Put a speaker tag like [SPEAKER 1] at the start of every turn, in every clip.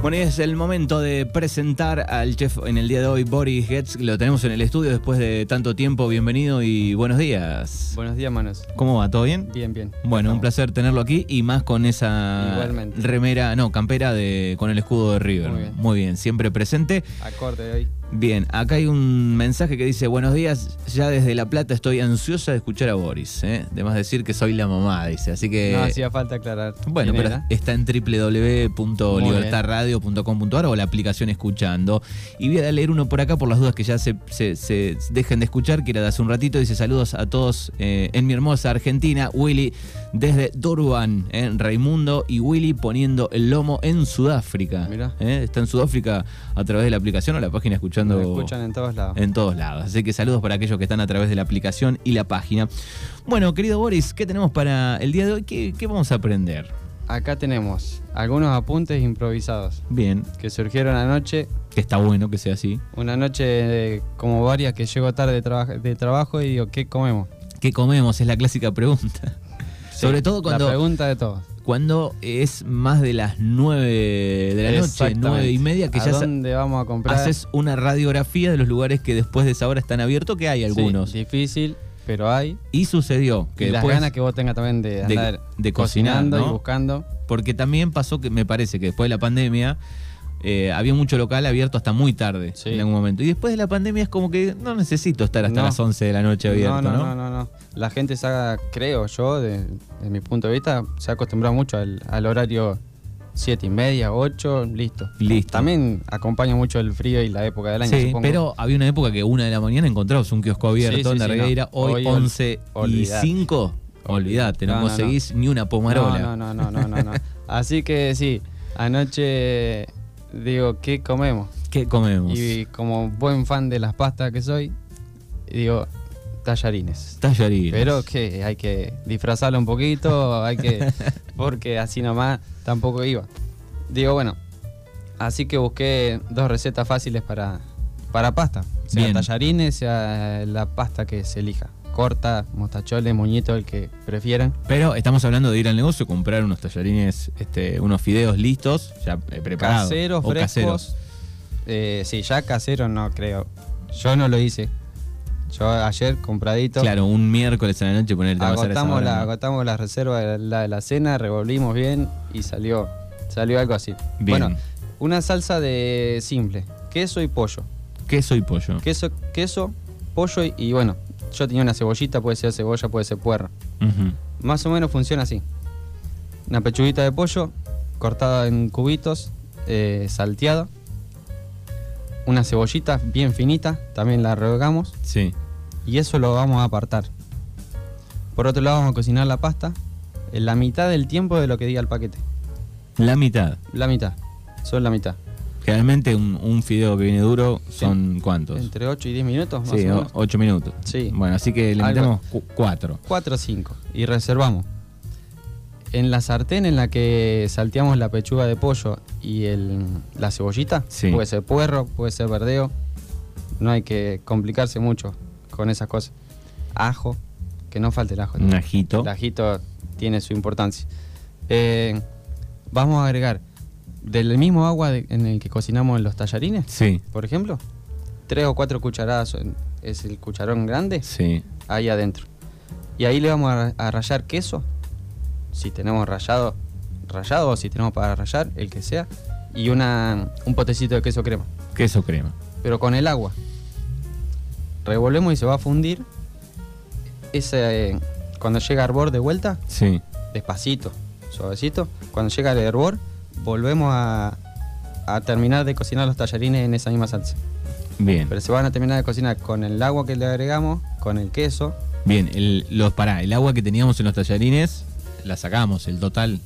[SPEAKER 1] Bueno, y es el momento de presentar al chef en el día de hoy, Boris Getz. Lo tenemos en el estudio después de tanto tiempo. Bienvenido y buenos días.
[SPEAKER 2] Buenos días, Manos.
[SPEAKER 1] ¿Cómo va? ¿Todo bien?
[SPEAKER 2] Bien, bien.
[SPEAKER 1] Bueno, un
[SPEAKER 2] Estamos.
[SPEAKER 1] placer tenerlo aquí y más con esa
[SPEAKER 2] Igualmente.
[SPEAKER 1] remera, no, campera de con el escudo de River.
[SPEAKER 2] Muy bien.
[SPEAKER 1] siempre presente.
[SPEAKER 2] Acorde de hoy.
[SPEAKER 1] Bien, acá hay un mensaje que dice, buenos días, ya desde La Plata estoy ansiosa de escuchar a Boris. ¿eh? Además decir que soy la mamá, dice. Así que...
[SPEAKER 2] no hacía falta aclarar.
[SPEAKER 1] Eh, Bueno,
[SPEAKER 2] quién
[SPEAKER 1] pero
[SPEAKER 2] era.
[SPEAKER 1] está en www.libertadradio.com.ar o la aplicación escuchando. Y voy a leer uno por acá por las dudas que ya se, se- se dejen de escuchar, que era de hace un ratito. Dice saludos a todos eh, en mi hermosa Argentina. Willy desde Durban, en Raimundo, y Willy poniendo el lomo en Sudáfrica.
[SPEAKER 2] Mirá.
[SPEAKER 1] Eh, Está en Sudáfrica a través de la aplicación o la página escuchando.
[SPEAKER 2] Lo escuchan en todos lados.
[SPEAKER 1] En todos lados. Así que saludos para aquellos que están a través de la aplicación y la página. Bueno, querido Boris, ¿qué tenemos para el día de hoy? ¿Qué, qué vamos a aprender?
[SPEAKER 2] Acá tenemos algunos apuntes improvisados
[SPEAKER 1] Bien,
[SPEAKER 2] que surgieron anoche.
[SPEAKER 1] que está bueno que sea así.
[SPEAKER 2] Una noche de- como varias que llego tarde de, traba- de trabajo y digo, ¿qué comemos?
[SPEAKER 1] ¿Qué comemos? Es la clásica pregunta. Sobre todo cuando-
[SPEAKER 2] La pregunta de todos.
[SPEAKER 1] Cuando es más de las 9 de la noche,
[SPEAKER 2] Exactamente.
[SPEAKER 1] 9 y media, que
[SPEAKER 2] ¿A
[SPEAKER 1] ya sa-
[SPEAKER 2] dónde vamos a comprar?
[SPEAKER 1] haces una radiografía de los lugares que después de esa hora están abiertos, que hay
[SPEAKER 2] Sí,
[SPEAKER 1] algunos.
[SPEAKER 2] difícil, pero hay.
[SPEAKER 1] Y sucedió que
[SPEAKER 2] y las
[SPEAKER 1] después,
[SPEAKER 2] ganas que vos tengas también de
[SPEAKER 1] de-
[SPEAKER 2] andar
[SPEAKER 1] de cocinar,
[SPEAKER 2] cocinando
[SPEAKER 1] ¿no?
[SPEAKER 2] y buscando.
[SPEAKER 1] porque también pasó que me parece que después de la pandemia eh, había mucho local abierto hasta muy tarde
[SPEAKER 2] Sí.
[SPEAKER 1] en algún momento. Y después de la pandemia es como que no necesito estar hasta
[SPEAKER 2] No.
[SPEAKER 1] las 11 de la noche abierto, ¿no?
[SPEAKER 2] no, no, no, no. La gente se ha, creo yo, de- desde mi punto de vista, se ha acostumbrado mucho al, al horario siete y media, 8, listo.
[SPEAKER 1] Listo.
[SPEAKER 2] También acompaña mucho el frío y la época del año,
[SPEAKER 1] Sí,
[SPEAKER 2] supongo.
[SPEAKER 1] pero había una época que una de la mañana encontrabas un kiosco abierto
[SPEAKER 2] Sí, sí,
[SPEAKER 1] en la
[SPEAKER 2] sí, no.
[SPEAKER 1] regueira, hoy,
[SPEAKER 2] Hoy,
[SPEAKER 1] 11 y
[SPEAKER 2] olvidate.
[SPEAKER 1] 5, olvídate, no,
[SPEAKER 2] No, no,
[SPEAKER 1] conseguís ni una pomarola.
[SPEAKER 2] no, no, no, no, no, no, no. Así que sí, anoche digo, ¿qué comemos?
[SPEAKER 1] ¿Qué comemos?
[SPEAKER 2] Y como buen fan de las pastas que soy, digo, tallarines.
[SPEAKER 1] Tallarines.
[SPEAKER 2] Pero que hay que disfrazarlo un poquito, hay que. porque así nomás tampoco iba. Digo, bueno, así que busqué dos recetas fáciles para, para pasta. Sea
[SPEAKER 1] Bien.
[SPEAKER 2] tallarines, sea la pasta que se elija. Corta, mostacholes, moñito, el que prefieran.
[SPEAKER 1] Pero estamos hablando de ir al negocio, comprar unos tallarines, este, unos fideos listos, ya eh, preparados.
[SPEAKER 2] Caseros,
[SPEAKER 1] o
[SPEAKER 2] frescos.
[SPEAKER 1] caseros.
[SPEAKER 2] Eh, sí, ya casero no creo. Yo no lo hice. Yo ayer compradito.
[SPEAKER 1] Claro, un miércoles en la noche ponerte a pasar esa
[SPEAKER 2] agotamos,
[SPEAKER 1] hora,
[SPEAKER 2] la,
[SPEAKER 1] ¿no?
[SPEAKER 2] agotamos la reserva de la, de la cena, revolvimos bien y salió, salió algo así.
[SPEAKER 1] Bien.
[SPEAKER 2] Bueno, una salsa de simple, queso y pollo.
[SPEAKER 1] Queso y pollo.
[SPEAKER 2] Queso, queso, pollo y, y bueno, yo tenía una cebollita, puede ser cebolla, puede ser puerro.
[SPEAKER 1] Ujú.
[SPEAKER 2] Más o menos funciona así. Una pechuguita de pollo cortada en cubitos, eh, salteada. Una cebollita bien finita, también la rehogamos
[SPEAKER 1] Sí.
[SPEAKER 2] y eso lo vamos a apartar. Por otro lado vamos a cocinar la pasta en la mitad del tiempo de lo que diga el paquete.
[SPEAKER 1] La mitad.
[SPEAKER 2] La mitad, solo la mitad.
[SPEAKER 1] Generalmente un, un fideo que viene duro son cuántos?
[SPEAKER 2] Entre 8 y 10 minutos más
[SPEAKER 1] sí,
[SPEAKER 2] o
[SPEAKER 1] o-
[SPEAKER 2] menos.
[SPEAKER 1] ocho minutos.
[SPEAKER 2] Sí.
[SPEAKER 1] Bueno, así que le
[SPEAKER 2] Algo.
[SPEAKER 1] metemos cu- cuatro.
[SPEAKER 2] 4 o 5 y reservamos. En la sartén en la que salteamos la pechuga de pollo y el- la cebollita,
[SPEAKER 1] Sí.
[SPEAKER 2] puede ser puerro, puede ser verdeo, no hay que complicarse mucho con esas cosas. Ajo, que no falte el ajo.
[SPEAKER 1] Un ajito.
[SPEAKER 2] El ajito tiene su importancia. Eh, vamos a agregar del mismo agua de- en el que cocinamos los tallarines,
[SPEAKER 1] Sí,
[SPEAKER 2] por ejemplo, tres o cuatro cucharadas, en- es el cucharón grande,
[SPEAKER 1] sí.
[SPEAKER 2] ahí adentro. Y ahí le vamos a, ra- a rallar queso, si tenemos rallado, rallado o si tenemos para rallar, el que sea, y una, un potecito de queso crema,
[SPEAKER 1] Queso crema.
[SPEAKER 2] pero con el agua. Revolvemos y se va a fundir. Ese, eh, cuando llega a hervor de vuelta,
[SPEAKER 1] Sí.
[SPEAKER 2] despacito, suavecito. Cuando llega el hervor, volvemos a, a terminar de cocinar los tallarines en esa misma salsa.
[SPEAKER 1] Bien.
[SPEAKER 2] Pero se van a terminar de cocinar con el agua que le agregamos, con el queso,
[SPEAKER 1] Bien, el, los pará, el agua que teníamos en los tallarines, la sacamos, el total.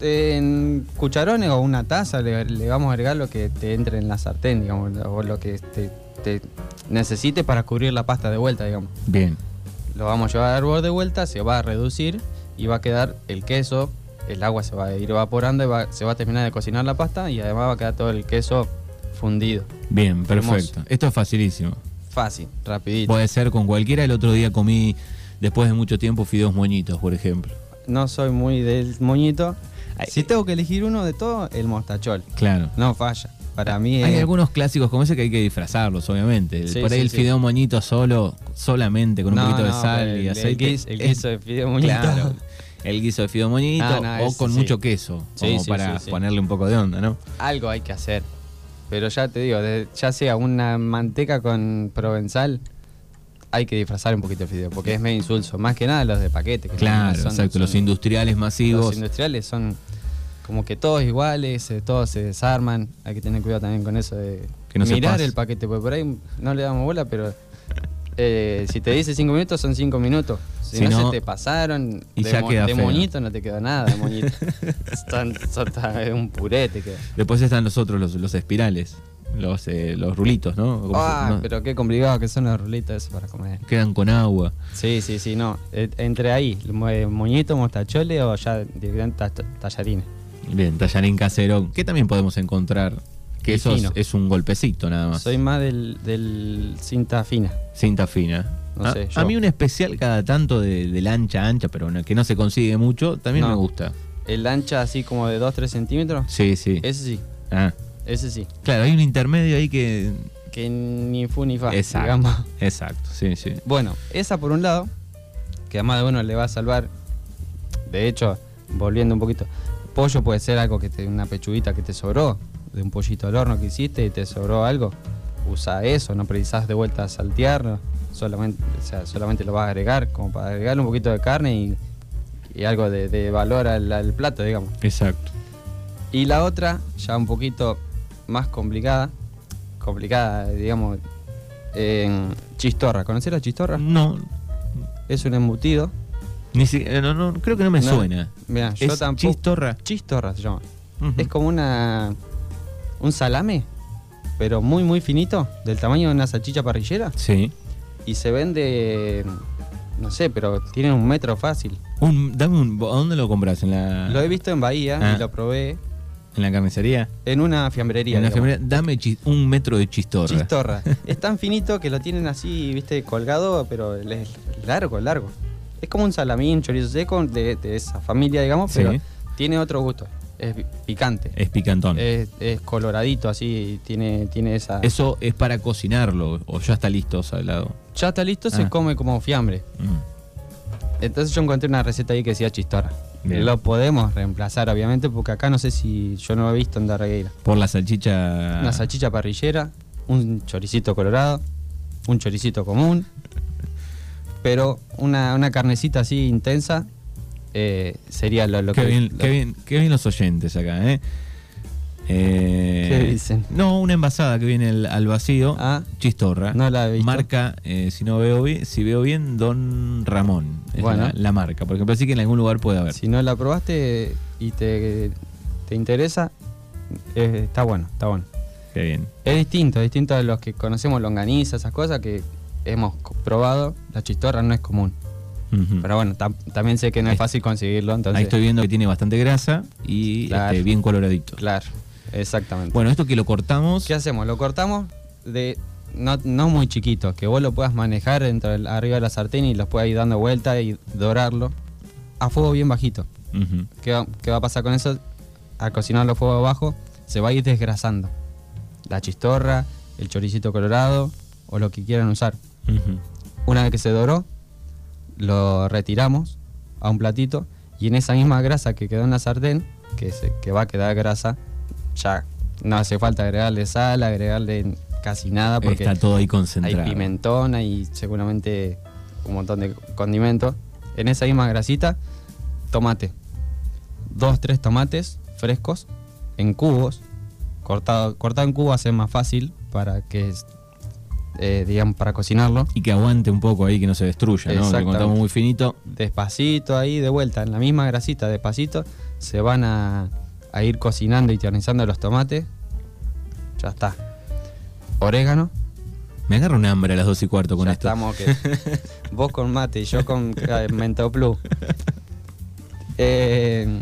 [SPEAKER 2] en cucharones o una taza le, le vamos a agregar lo que te entre en la sartén, digamos, o lo que te, te necesite para cubrir la pasta de vuelta, digamos.
[SPEAKER 1] Bien.
[SPEAKER 2] Lo vamos a llevar al hervor de vuelta, se va a reducir y va a quedar el queso, el agua se va a ir evaporando y va- se va a terminar de cocinar la pasta y además va a quedar todo el queso fundido.
[SPEAKER 1] Bien,
[SPEAKER 2] Hermoso.
[SPEAKER 1] perfecto. Esto es facilísimo.
[SPEAKER 2] Fácil, rapidito.
[SPEAKER 1] Puede ser con cualquiera. El otro día comí, después de mucho tiempo, fideos moñitos, por ejemplo.
[SPEAKER 2] No soy muy del moñito. Si tengo que elegir uno de todos, el mostachol.
[SPEAKER 1] Claro.
[SPEAKER 2] No falla. Para mí
[SPEAKER 1] Ah, Hay
[SPEAKER 2] es-
[SPEAKER 1] algunos clásicos como ese que hay que disfrazarlos, obviamente.
[SPEAKER 2] Sí,
[SPEAKER 1] Por ahí
[SPEAKER 2] sí,
[SPEAKER 1] el
[SPEAKER 2] sí.
[SPEAKER 1] fideo moñito solo, solamente con un
[SPEAKER 2] No,
[SPEAKER 1] poquito de
[SPEAKER 2] no,
[SPEAKER 1] sal
[SPEAKER 2] pero el-
[SPEAKER 1] y aceite.
[SPEAKER 2] El, guis- el
[SPEAKER 1] Es-
[SPEAKER 2] guiso de fideo muy
[SPEAKER 1] Claro. El guiso de fideo moñito
[SPEAKER 2] Ah, no,
[SPEAKER 1] o
[SPEAKER 2] ese
[SPEAKER 1] con
[SPEAKER 2] sí.
[SPEAKER 1] mucho queso,
[SPEAKER 2] Sí,
[SPEAKER 1] como
[SPEAKER 2] sí,
[SPEAKER 1] para
[SPEAKER 2] sí, sí.
[SPEAKER 1] ponerle un poco de onda, ¿no?
[SPEAKER 2] Algo hay que hacer. Pero ya te digo, de- ya sea una manteca con provenzal, hay que disfrazar un poquito el fideo, porque es medio insulso. Más que nada los de paquete. Que
[SPEAKER 1] Claro,
[SPEAKER 2] son-
[SPEAKER 1] exacto.
[SPEAKER 2] son-
[SPEAKER 1] los industriales
[SPEAKER 2] los
[SPEAKER 1] masivos.
[SPEAKER 2] industriales son como que todos iguales, eh, todos se desarman. Hay que tener cuidado también con eso de
[SPEAKER 1] Que no se
[SPEAKER 2] mirar
[SPEAKER 1] pase.
[SPEAKER 2] el paquete, porque por ahí no le damos bola, pero eh, si te dice cinco minutos, son cinco minutos. Si,
[SPEAKER 1] Si
[SPEAKER 2] no,
[SPEAKER 1] no,
[SPEAKER 2] se te pasaron,
[SPEAKER 1] y
[SPEAKER 2] de,
[SPEAKER 1] ya
[SPEAKER 2] mo-
[SPEAKER 1] queda
[SPEAKER 2] de
[SPEAKER 1] feo.
[SPEAKER 2] moñito no te quedó nada, de moñito. Son- son- ta- es un puré te queda.
[SPEAKER 1] Después están los otros, los, los espirales, los, eh, los rulitos, ¿no? Como
[SPEAKER 2] Ah,
[SPEAKER 1] se- no,
[SPEAKER 2] pero qué complicado que son los rulitos esos para comer.
[SPEAKER 1] Quedan con agua.
[SPEAKER 2] Sí, sí, sí, no. Eh, Entre ahí, mo- eh, moñito, mostachole o ya directamente ta- tallarines.
[SPEAKER 1] Bien, tallarín casero, que también podemos encontrar. Que
[SPEAKER 2] Y
[SPEAKER 1] eso es-
[SPEAKER 2] fino.
[SPEAKER 1] es un golpecito nada más.
[SPEAKER 2] Soy más del, del cinta fina.
[SPEAKER 1] Cinta fina.
[SPEAKER 2] No
[SPEAKER 1] a,
[SPEAKER 2] sé,
[SPEAKER 1] a
[SPEAKER 2] yo-
[SPEAKER 1] mí un especial cada tanto de, de lancha ancha, pero no- que no se consigue mucho, también
[SPEAKER 2] No.
[SPEAKER 1] me gusta.
[SPEAKER 2] El ancha así como de 2-3 centímetros.
[SPEAKER 1] Sí, sí.
[SPEAKER 2] Ese sí,
[SPEAKER 1] Ah,
[SPEAKER 2] ese sí.
[SPEAKER 1] Claro, hay un intermedio ahí que...
[SPEAKER 2] Que ni fu ni fa,
[SPEAKER 1] exacto.
[SPEAKER 2] digamos.
[SPEAKER 1] Exacto, sí, sí.
[SPEAKER 2] Bueno, esa por un lado, que además de uno le va a salvar. De hecho, volviendo un poquito, pollo puede ser algo que te, una pechuguita que te sobró, de un pollito al horno que hiciste y te sobró algo. Usa eso, no precisás de vuelta a saltearlo, solamente, o sea, solamente lo vas a agregar, como para agregarle un poquito de carne y, y algo de, de valor al- al plato, digamos.
[SPEAKER 1] Exacto.
[SPEAKER 2] Y la otra, ya un poquito más complicada, complicada, digamos, en chistorra. ¿Conocer la chistorra?
[SPEAKER 1] No,
[SPEAKER 2] Es un embutido.
[SPEAKER 1] ni si- eh, no, no, creo que no me
[SPEAKER 2] No,
[SPEAKER 1] suena.
[SPEAKER 2] Mira, yo
[SPEAKER 1] Es
[SPEAKER 2] tampoco.
[SPEAKER 1] chistorra.
[SPEAKER 2] Chistorra se llama.
[SPEAKER 1] Ujú.
[SPEAKER 2] Es como una. un salame, pero muy, muy finito, del tamaño de una salchicha parrillera.
[SPEAKER 1] Sí.
[SPEAKER 2] Y se vende. no sé, pero tienen un metro fácil.
[SPEAKER 1] Un, dame un... ¿a ¿Dónde lo compras? ¿En la,
[SPEAKER 2] Lo he visto en Bahía
[SPEAKER 1] Ah.
[SPEAKER 2] y lo probé
[SPEAKER 1] ¿En la carnicería?
[SPEAKER 2] en una fiambrería.
[SPEAKER 1] En la
[SPEAKER 2] digamos.
[SPEAKER 1] fiambrería. Dame chis- un metro de chistorra.
[SPEAKER 2] Chistorra. Es tan finito que lo tienen así, viste, colgado, pero es largo, largo. Es como un salamín, chorizo seco de, de esa familia, digamos,
[SPEAKER 1] Sí.
[SPEAKER 2] pero tiene otro gusto. Es pi- picante.
[SPEAKER 1] Es picantón.
[SPEAKER 2] Es, es coloradito, así, tiene, tiene esa...
[SPEAKER 1] Eso es para cocinarlo o ya está listo salado.
[SPEAKER 2] Ya está listo,
[SPEAKER 1] Ah.
[SPEAKER 2] se come como fiambre.
[SPEAKER 1] Mm.
[SPEAKER 2] Entonces yo encontré una receta ahí que decía chistorra.
[SPEAKER 1] Bien.
[SPEAKER 2] Lo podemos reemplazar, obviamente, porque acá no sé si yo no lo he visto en Darregueira.
[SPEAKER 1] Por la salchicha.
[SPEAKER 2] Una salchicha parrillera, un choricito colorado, un choricito común, pero una, una carnecita así intensa eh, sería lo, lo
[SPEAKER 1] Qué
[SPEAKER 2] que...
[SPEAKER 1] bien,
[SPEAKER 2] lo-
[SPEAKER 1] qué bien, qué bien los oyentes acá, ¿eh? Eh,
[SPEAKER 2] ¿Qué dicen?
[SPEAKER 1] No, una envasada que viene al, al vacío.
[SPEAKER 2] Ah,
[SPEAKER 1] Chistorra.
[SPEAKER 2] no la he visto.
[SPEAKER 1] ¿eh? Marca, eh, si no veo bien, si veo bien, Don Ramón. Es
[SPEAKER 2] Bueno.
[SPEAKER 1] la, la marca. Porque parece que en algún lugar puede haber.
[SPEAKER 2] Si no la probaste y te, te interesa, eh, está bueno, está bueno.
[SPEAKER 1] Qué bien.
[SPEAKER 2] Es distinto, es distinto a los que conocemos longaniza, esas cosas que hemos co- probado. La chistorra no es común.
[SPEAKER 1] Ujú.
[SPEAKER 2] Pero bueno, tam- también sé que
[SPEAKER 1] Mm.
[SPEAKER 2] no
[SPEAKER 1] Ahí-
[SPEAKER 2] es fácil conseguirlo, entonces...
[SPEAKER 1] Ahí estoy viendo que tiene bastante grasa y
[SPEAKER 2] Claro.
[SPEAKER 1] este, bien coloradito.
[SPEAKER 2] Claro, exactamente.
[SPEAKER 1] Bueno, esto que lo cortamos.
[SPEAKER 2] ¿Qué hacemos? Lo cortamos de no, no muy chiquito, que vos lo puedas manejar dentro del- arriba de la sartén y los puedas ir dando vuelta y dorarlo a fuego bien bajito.
[SPEAKER 1] Ujú.
[SPEAKER 2] ¿Qué va, qué va a pasar con eso? Al cocinarlo a fuego bajo, se va a ir desgrasando. La chistorra, el choricito colorado o lo que quieran usar.
[SPEAKER 1] Ujú.
[SPEAKER 2] Una vez que se doró, lo retiramos a un platito y en esa misma grasa que quedó en la sartén, que, se- que va a quedar grasa, ya no hace falta agregarle sal, agregarle casi nada Ah, porque
[SPEAKER 1] Está todo ahí
[SPEAKER 2] hay
[SPEAKER 1] concentrado.
[SPEAKER 2] pimentón, hay seguramente un montón de condimentos. En esa misma grasita, tomate. Dos, tres tomates frescos en cubos. Cortado, cortado en cubos es más fácil para que, eh, digamos, para cocinarlo.
[SPEAKER 1] Y que aguante un poco ahí, que no se destruya, ¿no? Lo
[SPEAKER 2] Exactamente.
[SPEAKER 1] cortamos muy finito.
[SPEAKER 2] despacito ahí de vuelta en la misma grasita despacito se van a, a ir cocinando y tiernizando los tomates ya está orégano
[SPEAKER 1] Me agarra un hambre a las dos y cuarto con
[SPEAKER 2] ya
[SPEAKER 1] esto.
[SPEAKER 2] estamos que vos con mate y yo con eh, mentoplus Eh,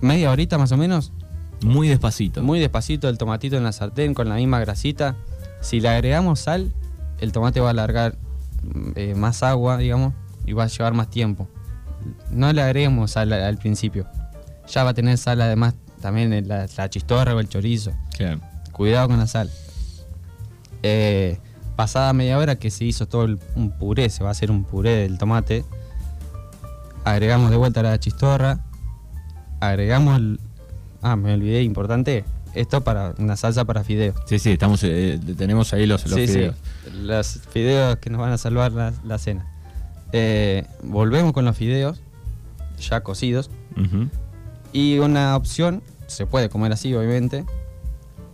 [SPEAKER 2] media horita más o menos
[SPEAKER 1] Muy despacito.
[SPEAKER 2] muy despacito el tomatito en la sartén con la misma grasita si le agregamos sal el tomate va a alargar mm, eh, más agua digamos y va a llevar más tiempo no le agreguemos sal al, al principio ya va a tener sal además también el- la, la chistorra o el chorizo.
[SPEAKER 1] Claro.
[SPEAKER 2] Cuidado con la sal. Eh, pasada media hora que se hizo todo el- un puré, se va a hacer un puré del tomate. Agregamos de vuelta la chistorra. Agregamos el... Ah, me olvidé, importante. Esto para una salsa para fideos.
[SPEAKER 3] Sí, sí, estamos, eh, tenemos ahí los, los
[SPEAKER 2] Sí, sí,
[SPEAKER 3] fideos.
[SPEAKER 2] los fideos que nos van a salvar la, la cena. Eh, volvemos con los fideos, ya cocidos.
[SPEAKER 1] Ujú.
[SPEAKER 2] Y una opción, se puede comer así obviamente.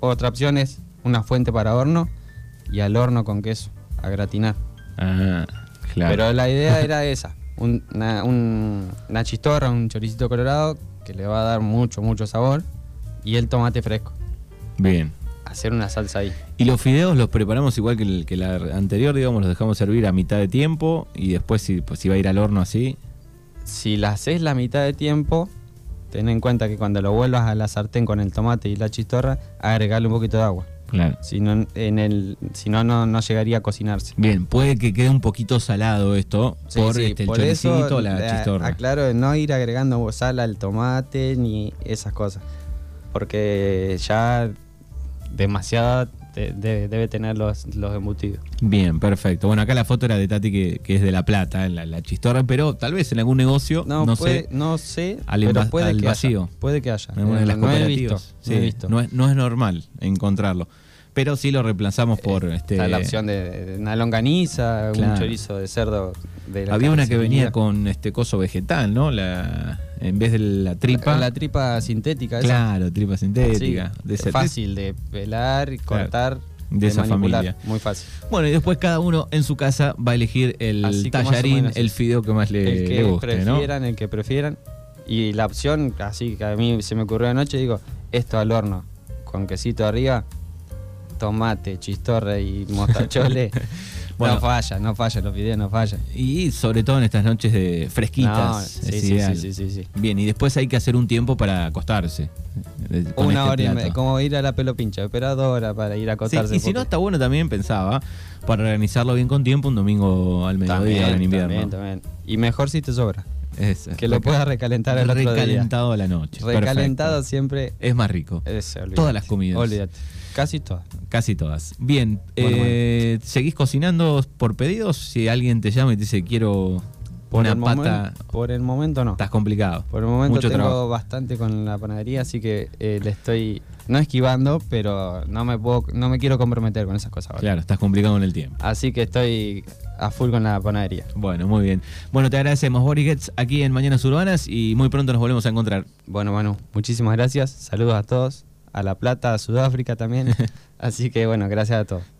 [SPEAKER 2] Otra opción es una fuente para horno y al horno con queso, a gratinar.
[SPEAKER 3] Ah, claro.
[SPEAKER 2] Pero la idea era esa, un- una, un- una chistorra, un choricito colorado que le va a dar mucho, mucho sabor y el tomate fresco.
[SPEAKER 1] Bien.
[SPEAKER 2] Hacer una salsa ahí.
[SPEAKER 1] Y los fideos los preparamos igual que, el- que la anterior, digamos, los dejamos servir a mitad de tiempo y después si, pues, si va a ir al horno así.
[SPEAKER 2] Si la haces la mitad de tiempo, ten en cuenta que cuando lo vuelvas a la sartén con el tomate y la chistorra, agregale un poquito de agua.
[SPEAKER 1] Claro.
[SPEAKER 2] Si no, en el, si no, no, no llegaría a cocinarse.
[SPEAKER 1] Bien, puede que quede un poquito salado esto
[SPEAKER 2] Sí,
[SPEAKER 1] por
[SPEAKER 2] sí,
[SPEAKER 1] este, el
[SPEAKER 2] por eso,
[SPEAKER 1] choricito, la
[SPEAKER 2] eh,
[SPEAKER 1] chistorra.
[SPEAKER 2] Aclaro, no ir agregando sal al tomate ni esas cosas. Porque ya demasiada te- de- debe tener los, los embutidos.
[SPEAKER 1] Bien, perfecto. Bueno, acá la foto era de Tati que, que es de La Plata, la, la chistorra, pero tal vez en algún negocio, no,
[SPEAKER 2] No, puede-
[SPEAKER 1] sé,
[SPEAKER 2] no sé,
[SPEAKER 1] Al
[SPEAKER 2] pero
[SPEAKER 1] enva-
[SPEAKER 2] puede
[SPEAKER 1] al
[SPEAKER 2] que
[SPEAKER 1] vacío.
[SPEAKER 2] haya. Puede que haya.
[SPEAKER 1] en
[SPEAKER 2] Eh,
[SPEAKER 1] alguna de las
[SPEAKER 2] no he visto.
[SPEAKER 1] cooperativas.
[SPEAKER 2] no he
[SPEAKER 1] Sí,
[SPEAKER 2] visto.
[SPEAKER 1] no es, no es normal encontrarlo, pero sí lo reemplazamos por... este,
[SPEAKER 2] Eh, Está la opción de, de una longaniza,
[SPEAKER 1] Claro.
[SPEAKER 2] un chorizo de cerdo. De la
[SPEAKER 1] Había una que
[SPEAKER 2] carnicería.
[SPEAKER 1] venía con este coso vegetal, ¿no? La, en vez de la tripa.
[SPEAKER 2] La, la tripa sintética. esa.
[SPEAKER 1] claro, tripa
[SPEAKER 2] Sí,
[SPEAKER 1] sintética. de esa-
[SPEAKER 2] fácil de pelar, y
[SPEAKER 1] Claro.
[SPEAKER 2] cortar,
[SPEAKER 1] De esa
[SPEAKER 2] manipular.
[SPEAKER 1] familia.
[SPEAKER 2] Muy fácil.
[SPEAKER 1] Bueno, y después cada uno en su casa va a elegir el
[SPEAKER 2] Así que más o
[SPEAKER 1] tallarín,
[SPEAKER 2] menos
[SPEAKER 1] el
[SPEAKER 2] eso.
[SPEAKER 1] fideo que más le,
[SPEAKER 2] el
[SPEAKER 1] le
[SPEAKER 2] que
[SPEAKER 1] guste, ¿no?
[SPEAKER 2] prefieran, el que prefieran. Y la opción, así que a mí se me ocurrió anoche, digo, esto al horno, con quesito arriba, tomate, chistorra y mostachole.
[SPEAKER 1] Bueno.
[SPEAKER 2] No falla, no falla, los videos no fallan.
[SPEAKER 1] Y sobre todo en estas noches de
[SPEAKER 2] No,
[SPEAKER 1] fresquitas.
[SPEAKER 2] sí,
[SPEAKER 1] es
[SPEAKER 2] sí, sí,
[SPEAKER 1] ideal.
[SPEAKER 2] sí, sí, sí.
[SPEAKER 1] Bien, y después hay que hacer un tiempo para acostarse. eh, con
[SPEAKER 2] Una
[SPEAKER 1] este
[SPEAKER 2] hora y
[SPEAKER 1] plato.
[SPEAKER 2] media, como ir a la pelo pincha, operadora para ir a
[SPEAKER 1] Sí,
[SPEAKER 2] acotarse.
[SPEAKER 1] y si
[SPEAKER 2] un
[SPEAKER 1] no,
[SPEAKER 2] poco.
[SPEAKER 1] está bueno también, pensaba, para organizarlo bien con tiempo, un domingo al mediodía
[SPEAKER 2] También,
[SPEAKER 1] ahora en invierno.
[SPEAKER 2] también, también. Y mejor si te sobra,
[SPEAKER 1] Es-
[SPEAKER 2] que lo puedas recalentar al otro día. Eh.
[SPEAKER 1] recalentado a la noche.
[SPEAKER 2] Recalentado
[SPEAKER 1] Perfecto.
[SPEAKER 2] siempre.
[SPEAKER 1] Es más rico.
[SPEAKER 2] es, olvídate.
[SPEAKER 1] Todas las comidas.
[SPEAKER 2] Olvídate. Casi todas.
[SPEAKER 1] Casi todas. Bien,
[SPEAKER 2] Bueno,
[SPEAKER 1] eh, ¿seguís cocinando por pedidos? Si alguien te llama y te dice quiero una
[SPEAKER 2] el
[SPEAKER 1] pata,
[SPEAKER 2] momen- por el momento no.
[SPEAKER 1] estás complicado.
[SPEAKER 2] Por el momento
[SPEAKER 1] Mucho
[SPEAKER 2] tengo
[SPEAKER 1] trabajo.
[SPEAKER 2] bastante con la panadería, así que eh, le estoy no esquivando, pero no me puedo, no me quiero comprometer con esas cosas. ahora.
[SPEAKER 1] Claro, estás complicado en el tiempo.
[SPEAKER 2] Así que estoy a full con la panadería.
[SPEAKER 1] Bueno, muy bien. Bueno, te agradecemos, Boris Goetz, aquí en Mañanas Urbanas y muy pronto nos volvemos a encontrar.
[SPEAKER 2] Bueno, Manu, muchísimas gracias. Saludos a todos, a La Plata, a Sudáfrica también. así que bueno, gracias a todos.